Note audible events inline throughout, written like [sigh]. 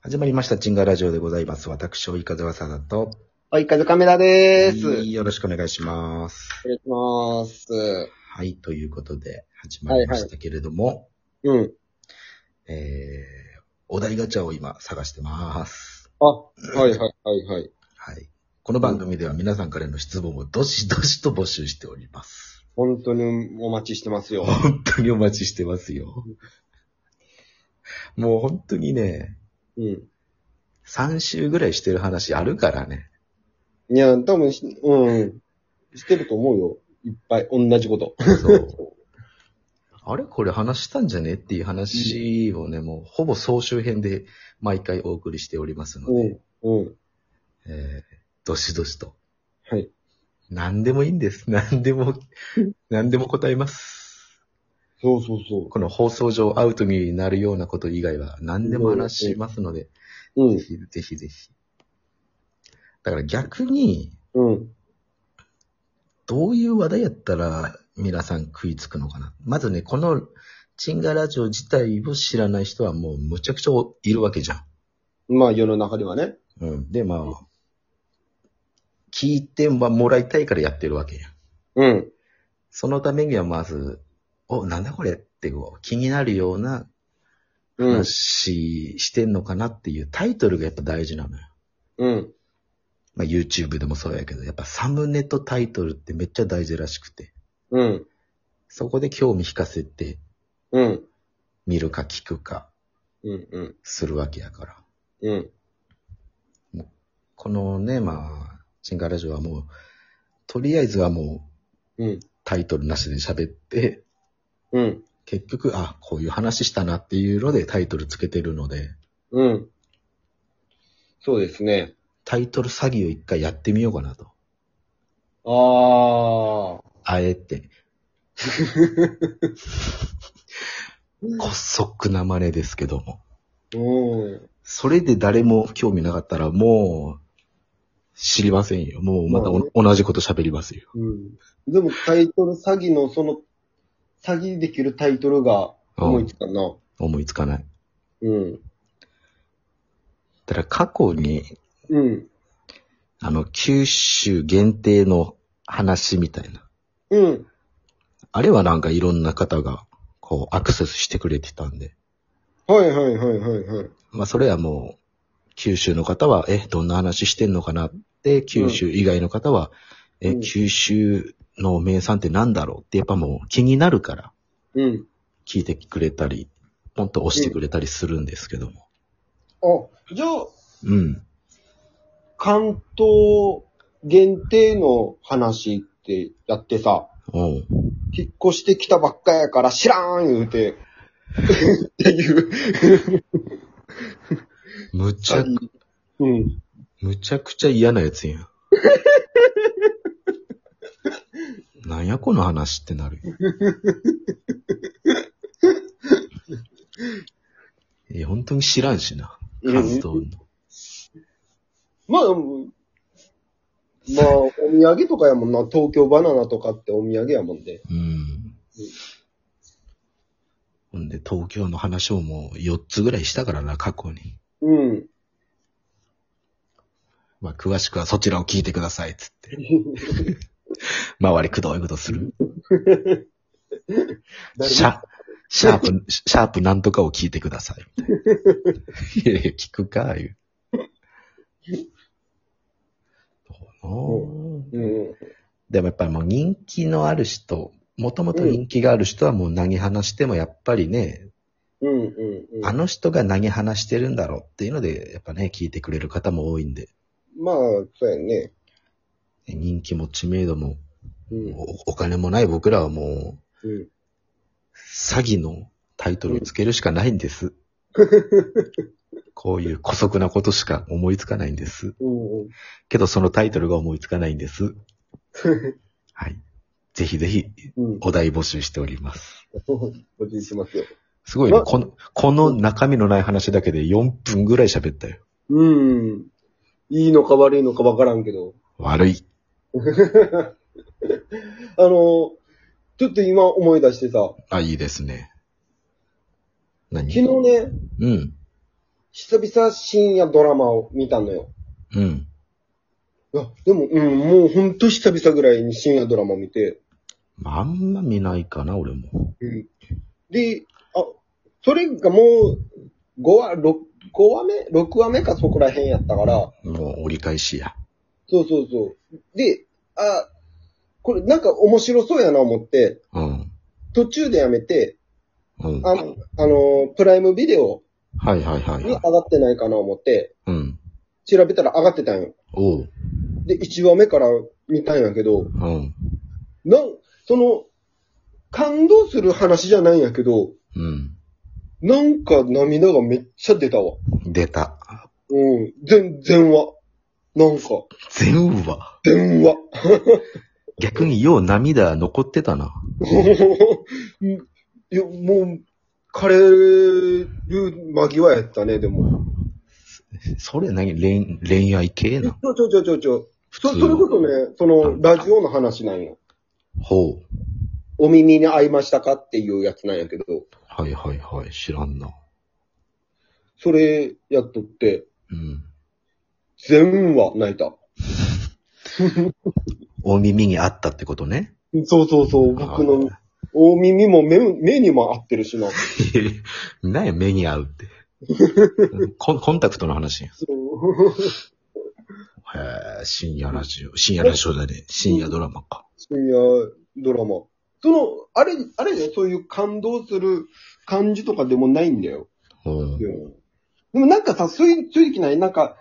始まりました、チンガラジオでございます。私、及川沢だと、はい、風カメラでーす。はいよろしくお願いします。お願いします。はい、ということで、始まりましたけれども、うん。えー、お題ガチャを今探してます。あ、はいはいはいはい。はい。この番組では皆さんからの質問をどしどしと募集しております。本当にお待ちしてますよ。本当にお待ちしてますよ。もう本当にね、うん。 3週ぐらいしてる話あるからね。いや、多分し、うん。してると思うよ。いっぱい、同じこと。そう。あれこれ話したんじゃねっていう話をね、もうほぼ総集編で毎回お送りしておりますのうで、ん。うん。えーどしどしと。はい。何でもいいんです。 [laughs] 何でも、何でも答えます。そうそうそこの放送上アウトになるようなこと以外は何でも話しますので、う。うんぜ。ひぜひぜひ。だから逆に、うん。どういう話題やったら皆さん食いつくのかな。まずね、このチンガラジオ自体を知らない人はもうむちゃくちゃいるわけじゃん。まあ、世の中ではね。うん。で、まあ、聞いてはもらいたいからやってるわけやん。うん。そのためにはまず、お、なんだこれってこう気になるようなうん。話してんのかなっていうタイトルがやっぱ大事なのよ。うん。まあ YouTube でもそうやけど、やっぱサムネとタイトルってめっちゃ大事らしくて、うん。そこで興味引かせてうん。見るか聞くかうん。うん。するわけやから。うん。このね、まあ、チンガラジオはもう、とりあえずはもううん。タイトルなしで喋って、うん。結局、あ、こういう話したなっていうのでタイトルつけてるので、うん。そうですね。タイトル詐欺を一回やってみようかなと。ああ。あえ [laughs] て。こっそくな真似ですけども。うん。それで誰も興味なかったらもう、知りませんよ。もうまたおま同じこと喋りますよ。うんでもタイトル詐欺のその、詐欺できるタイトルが思いつかんな。思いつかない。うん。だから過去にうん。あの、九州限定の話みたいな。うん。あれはなんかいろんな方が、こう、アクセスしてくれてたんで。はいはいはいはいはい。まあ、それはもう、九州の方は、え、どんな話してんのかなって、九州以外の方は、うえ、ん九州の名産ってなんだろうって、やっぱもう気になるから、うん。聞いてくれたり、ポンと押してくれたりするんですけども。あ、じゃあ、うん。関東限定の話ってやってさ、おう引っ越してきたばっかやから知らん言うて、っていう。むちゃ、うん。むちゃくちゃ嫌なやつや [laughs] ん。なんやこの話ってなるよ。いや、本当に知らんしな。うん関東の。まあ、うんまあ、お土産とかやもんな。東京バナナとかってお土産やもんで。うん。ほんで、東京の話をもう4つぐらいしたからな、過去に。うん。まあ、詳しくはそちらを聞いてください、つ [laughs] って。周りくどいことする。シャ、シャープ、シャープなんとかを聞いてください。 [laughs] みたいないやいや、聞くか、いう。どうなぁうん。でもやっぱりもう人気のある人、もともと人気がある人はもう何話してもやっぱりね、うんうんうん。あの人が何話してるんだろうっていうので、やっぱね、聞いてくれる方も多いんで、まあ、そうやね。人気も知名度も、うん。おお金もない僕らはもう、うん。詐欺のタイトルをつけるしかないんです。こういう古速なことしか思いつかないんです。うん。けどそのタイトルが思いつかないんです。はい。ぜひぜひうん。お題募集しております。おじいしますよ。すごいね。まこの、この中身のない話だけで4分ぐらい喋ったよ。うん。いいのか悪いのかわからんけど。悪い。あの、ちょっと今思い出してさ、あ、いいですね。何昨日ね、うん。久々深夜ドラマを見たのよ。うん。いや、でも、うん、もうほんと久々ぐらいに深夜ドラマ見て、まあ、あんま見ないかな、俺も。うん。で、あ、それがもう、5話、6、5話目 ?6 話目かそこら辺やったから、もう折り返しや。そうそうそう。で、あ、これなんか面白そうやな思って、うん。途中でやめて、うん。あはいあの、プライムビデオはいはいには上い。がってないかな思って、うん。調べたら上がってたんよ。おう。で、1話目から見たんやけど、うん。なん、その、感動する話じゃないんやけど、うん。なんか涙がめっちゃ出たわ。出た。うん。全然話。なんか、全話。電話。 [laughs] 逆によう涙残ってたな。うんいや、もう、枯れる間際やったね、でも。それ何恋恋愛系なちょちょちょちょちょ。そ、普通それこそね、その、ラジオの話なんよ。ほう。お耳に合いましたかっていうやつなんやけど、はいはいはい。知らんな。それやっとって、うん。全話泣いた。お耳にあったってことね。そうそうそう、僕の、大耳も目、目にも合ってるしな。 [laughs] なんや、目に合うって。コンコンタクトの話や。そう。 [laughs] へえ、深夜ラジオ。深夜ラジオだね。深夜ドラマか。深夜ドラマ。その、あれ、あれね、そういう感動する感じとかでもないんだよ。うん。でもなんかさ、そういう、そういう時ないなんか、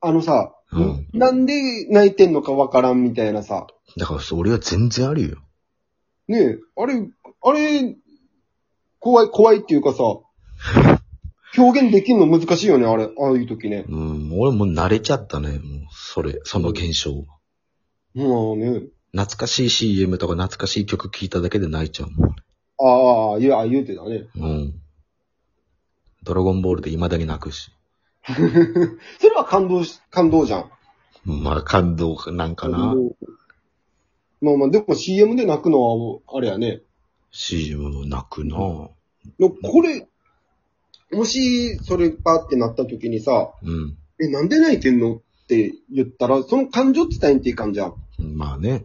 あのさ、うんなんで泣いてんのかわからんみたいなさ、だから、それは全然あるよ。ねえ、あれ、あれ、怖い、怖いっていうかさ、表現できんの難しいよね、あれ、ああいう時ね。うん、俺もう慣れちゃったね。もう、それ、その現象。うん、ね懐かしい CM とか懐かしい曲聴いただけで泣いちゃうもん。ああ、いや、言うてたね。 [laughs] うん。ドラゴンボールで未だに泣くし。それは感動し、感動じゃん。まあ、感動なんかな。まあまあ、でも CM で泣くのは、あれやね。 CM も泣くなのこれ、もし、それパーってなった時にさ、うん。え、なんで泣いてんのって言ったら、その感情伝えんっていかんじゃん。まあね。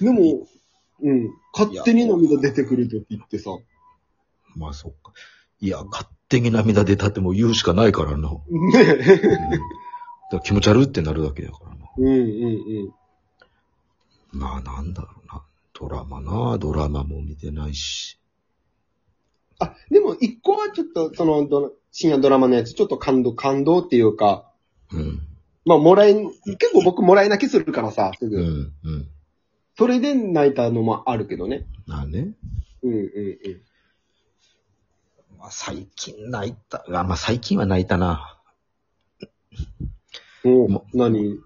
でも、うん、勝手に涙出てくる時ってさ、まあそっか。いや、勝手に涙出たってもう言うしかないからな。うん [laughs] ねえ。だから気持ち悪ってなるだけだからな。うんうんまあなんだろうな。ドラマなドラマも見てないし。うん。あ、でも一個はちょっと、その、どの深夜ドラマのやつ、ちょっと感動、感動っていうか、うん。まあ、もらい、結構僕もらい泣きするからさ、すうぐ。ん、うん。それで泣いたのもあるけどね。まあね。うんうんうん。まあ最近泣いた。あまあ最近は泣いたな。おも何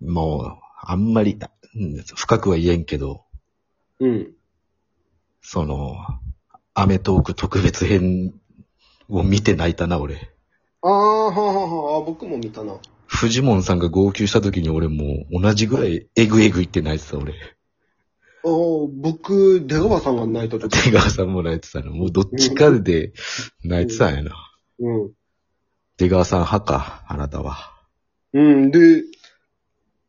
もう、あんまり、うん深くは言えんけど、うん。その、アメトーク特別編を見て泣いたな、俺。ああ、はあはあはあ、僕も見たな。フジモンさんが号泣した時に俺もう同じぐらいエグエグいって泣いてた、俺。ああ、僕、出川さんが泣いた時。出川さんも泣いてたの。もうどっちかで泣いてたんやな。うん。出川さん派か、あなたは。うん、で、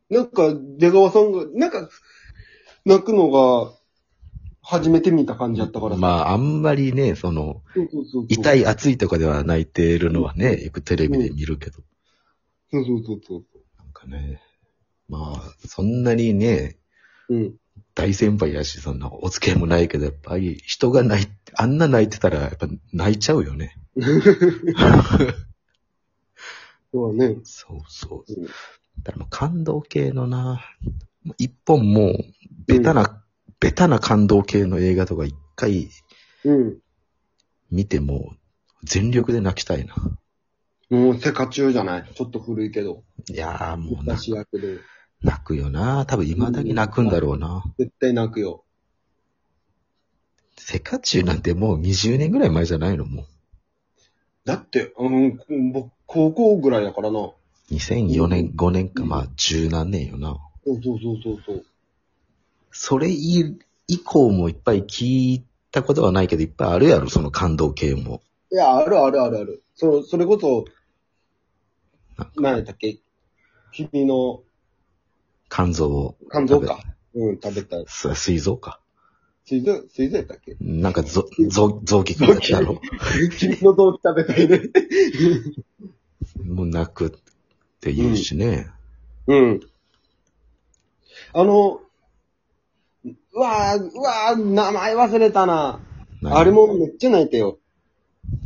なんか、出川さんが、なんか、泣くのが、初めて見た感じだったから。まあ、あんまりね、その、そうそうそうそう。痛い。い熱いとかでは泣いてるのはね、よくテレビで見るけど。そうそうそうそう。なんかね、まあ、そんなにね、うん。大先輩やし、そんなお付き合いもないけど、やっぱり人が泣い、あんな泣いてたら、やっぱ泣いちゃうよね。そうだね。そうそう。うんだからもう感動系のな、一本もう、ベタな、ベタな感動系の映画とか一回うん。見ても、全力で泣きたいな。もう、セカチュウじゃないちょっと古いけど。いやーもうな昔やけど、泣くよな。多分未だに泣くんだろうな。絶対泣くよ。セカチュウなんてもう20年ぐらい前じゃないのも。だって、うん、僕、高校ぐらいだからな。そう2004年、5年か、うんまあ十何年よな。うそうそうそうそう。それ以降もいっぱい聞いたことはないけど、いっぱいあるやろ、その感動系も。ういや、あるあるあるある。その、それこそ、何やったっけ君の肝臓を。肝臓か。うん、食べた。す膵臓か。水臓、水臓やったっけなんか、ぞ、ぞ、臓器くんだけだろ。君の臓器食べたいね。もう泣くって言うしね。 [laughs] うん。あの、うわーうわー名前忘れたな。何あれ。もめっちゃ泣いたよ。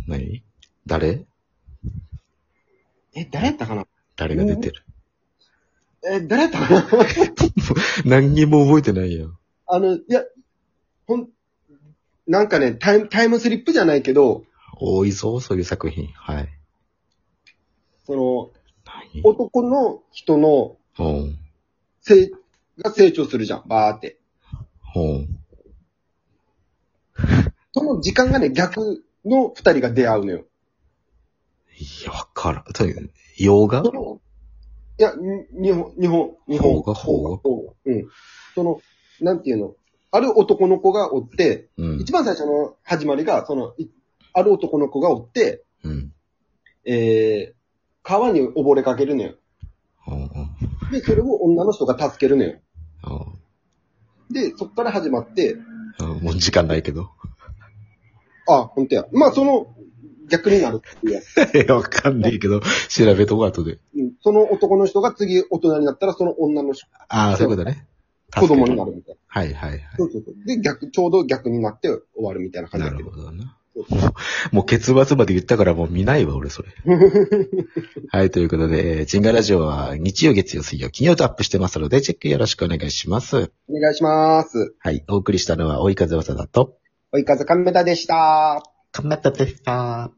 何誰え、誰やったかな誰が出てる、え、誰やったか [laughs] な何にも覚えてないよ。あの、いや、ほん、なんかね、タイム、タイムスリップじゃないけど、多いぞ、そういう作品。はい。その、何男の人のほう。性、が成長するじゃん、バーって。ほう。その時間がね、逆の二人が出会うのよ。いや、わからん。とにかく洋画その、いや、に日本、日本、日邦本。画邦画邦画うん。その、なんていうの、ある男の子がおって、うん一。番最初の始まりが、その、いある男の子がおって、うん。えー、川に溺れかけるのよ。ほうほうで、それを女の人が助けるのよ。ほうで、そっから始まって、あもう時間ないけど。 [laughs] あ、本当や。まあ、その、逆になるっていうやつ。わかんねえけど、調べとこ後で。うんその男の人が次大人になったら、その女の人ああ、そういうことね。子供になる。るみたいな。はいはいはい。そうそうそう。で、逆、ちょうど逆になって終わるみたいな感じなだけるど。ほどなそう。もう結末まで言ったからもう見ないわ、俺 [laughs] それ。はい、ということで、えーチンガラジオは日曜、月曜、水曜、金曜とアップしてますので、チェックよろしくお願いします。お願いします。はい、お送りしたのは、追い風わさだと、追い風亀田でした。かまたでした。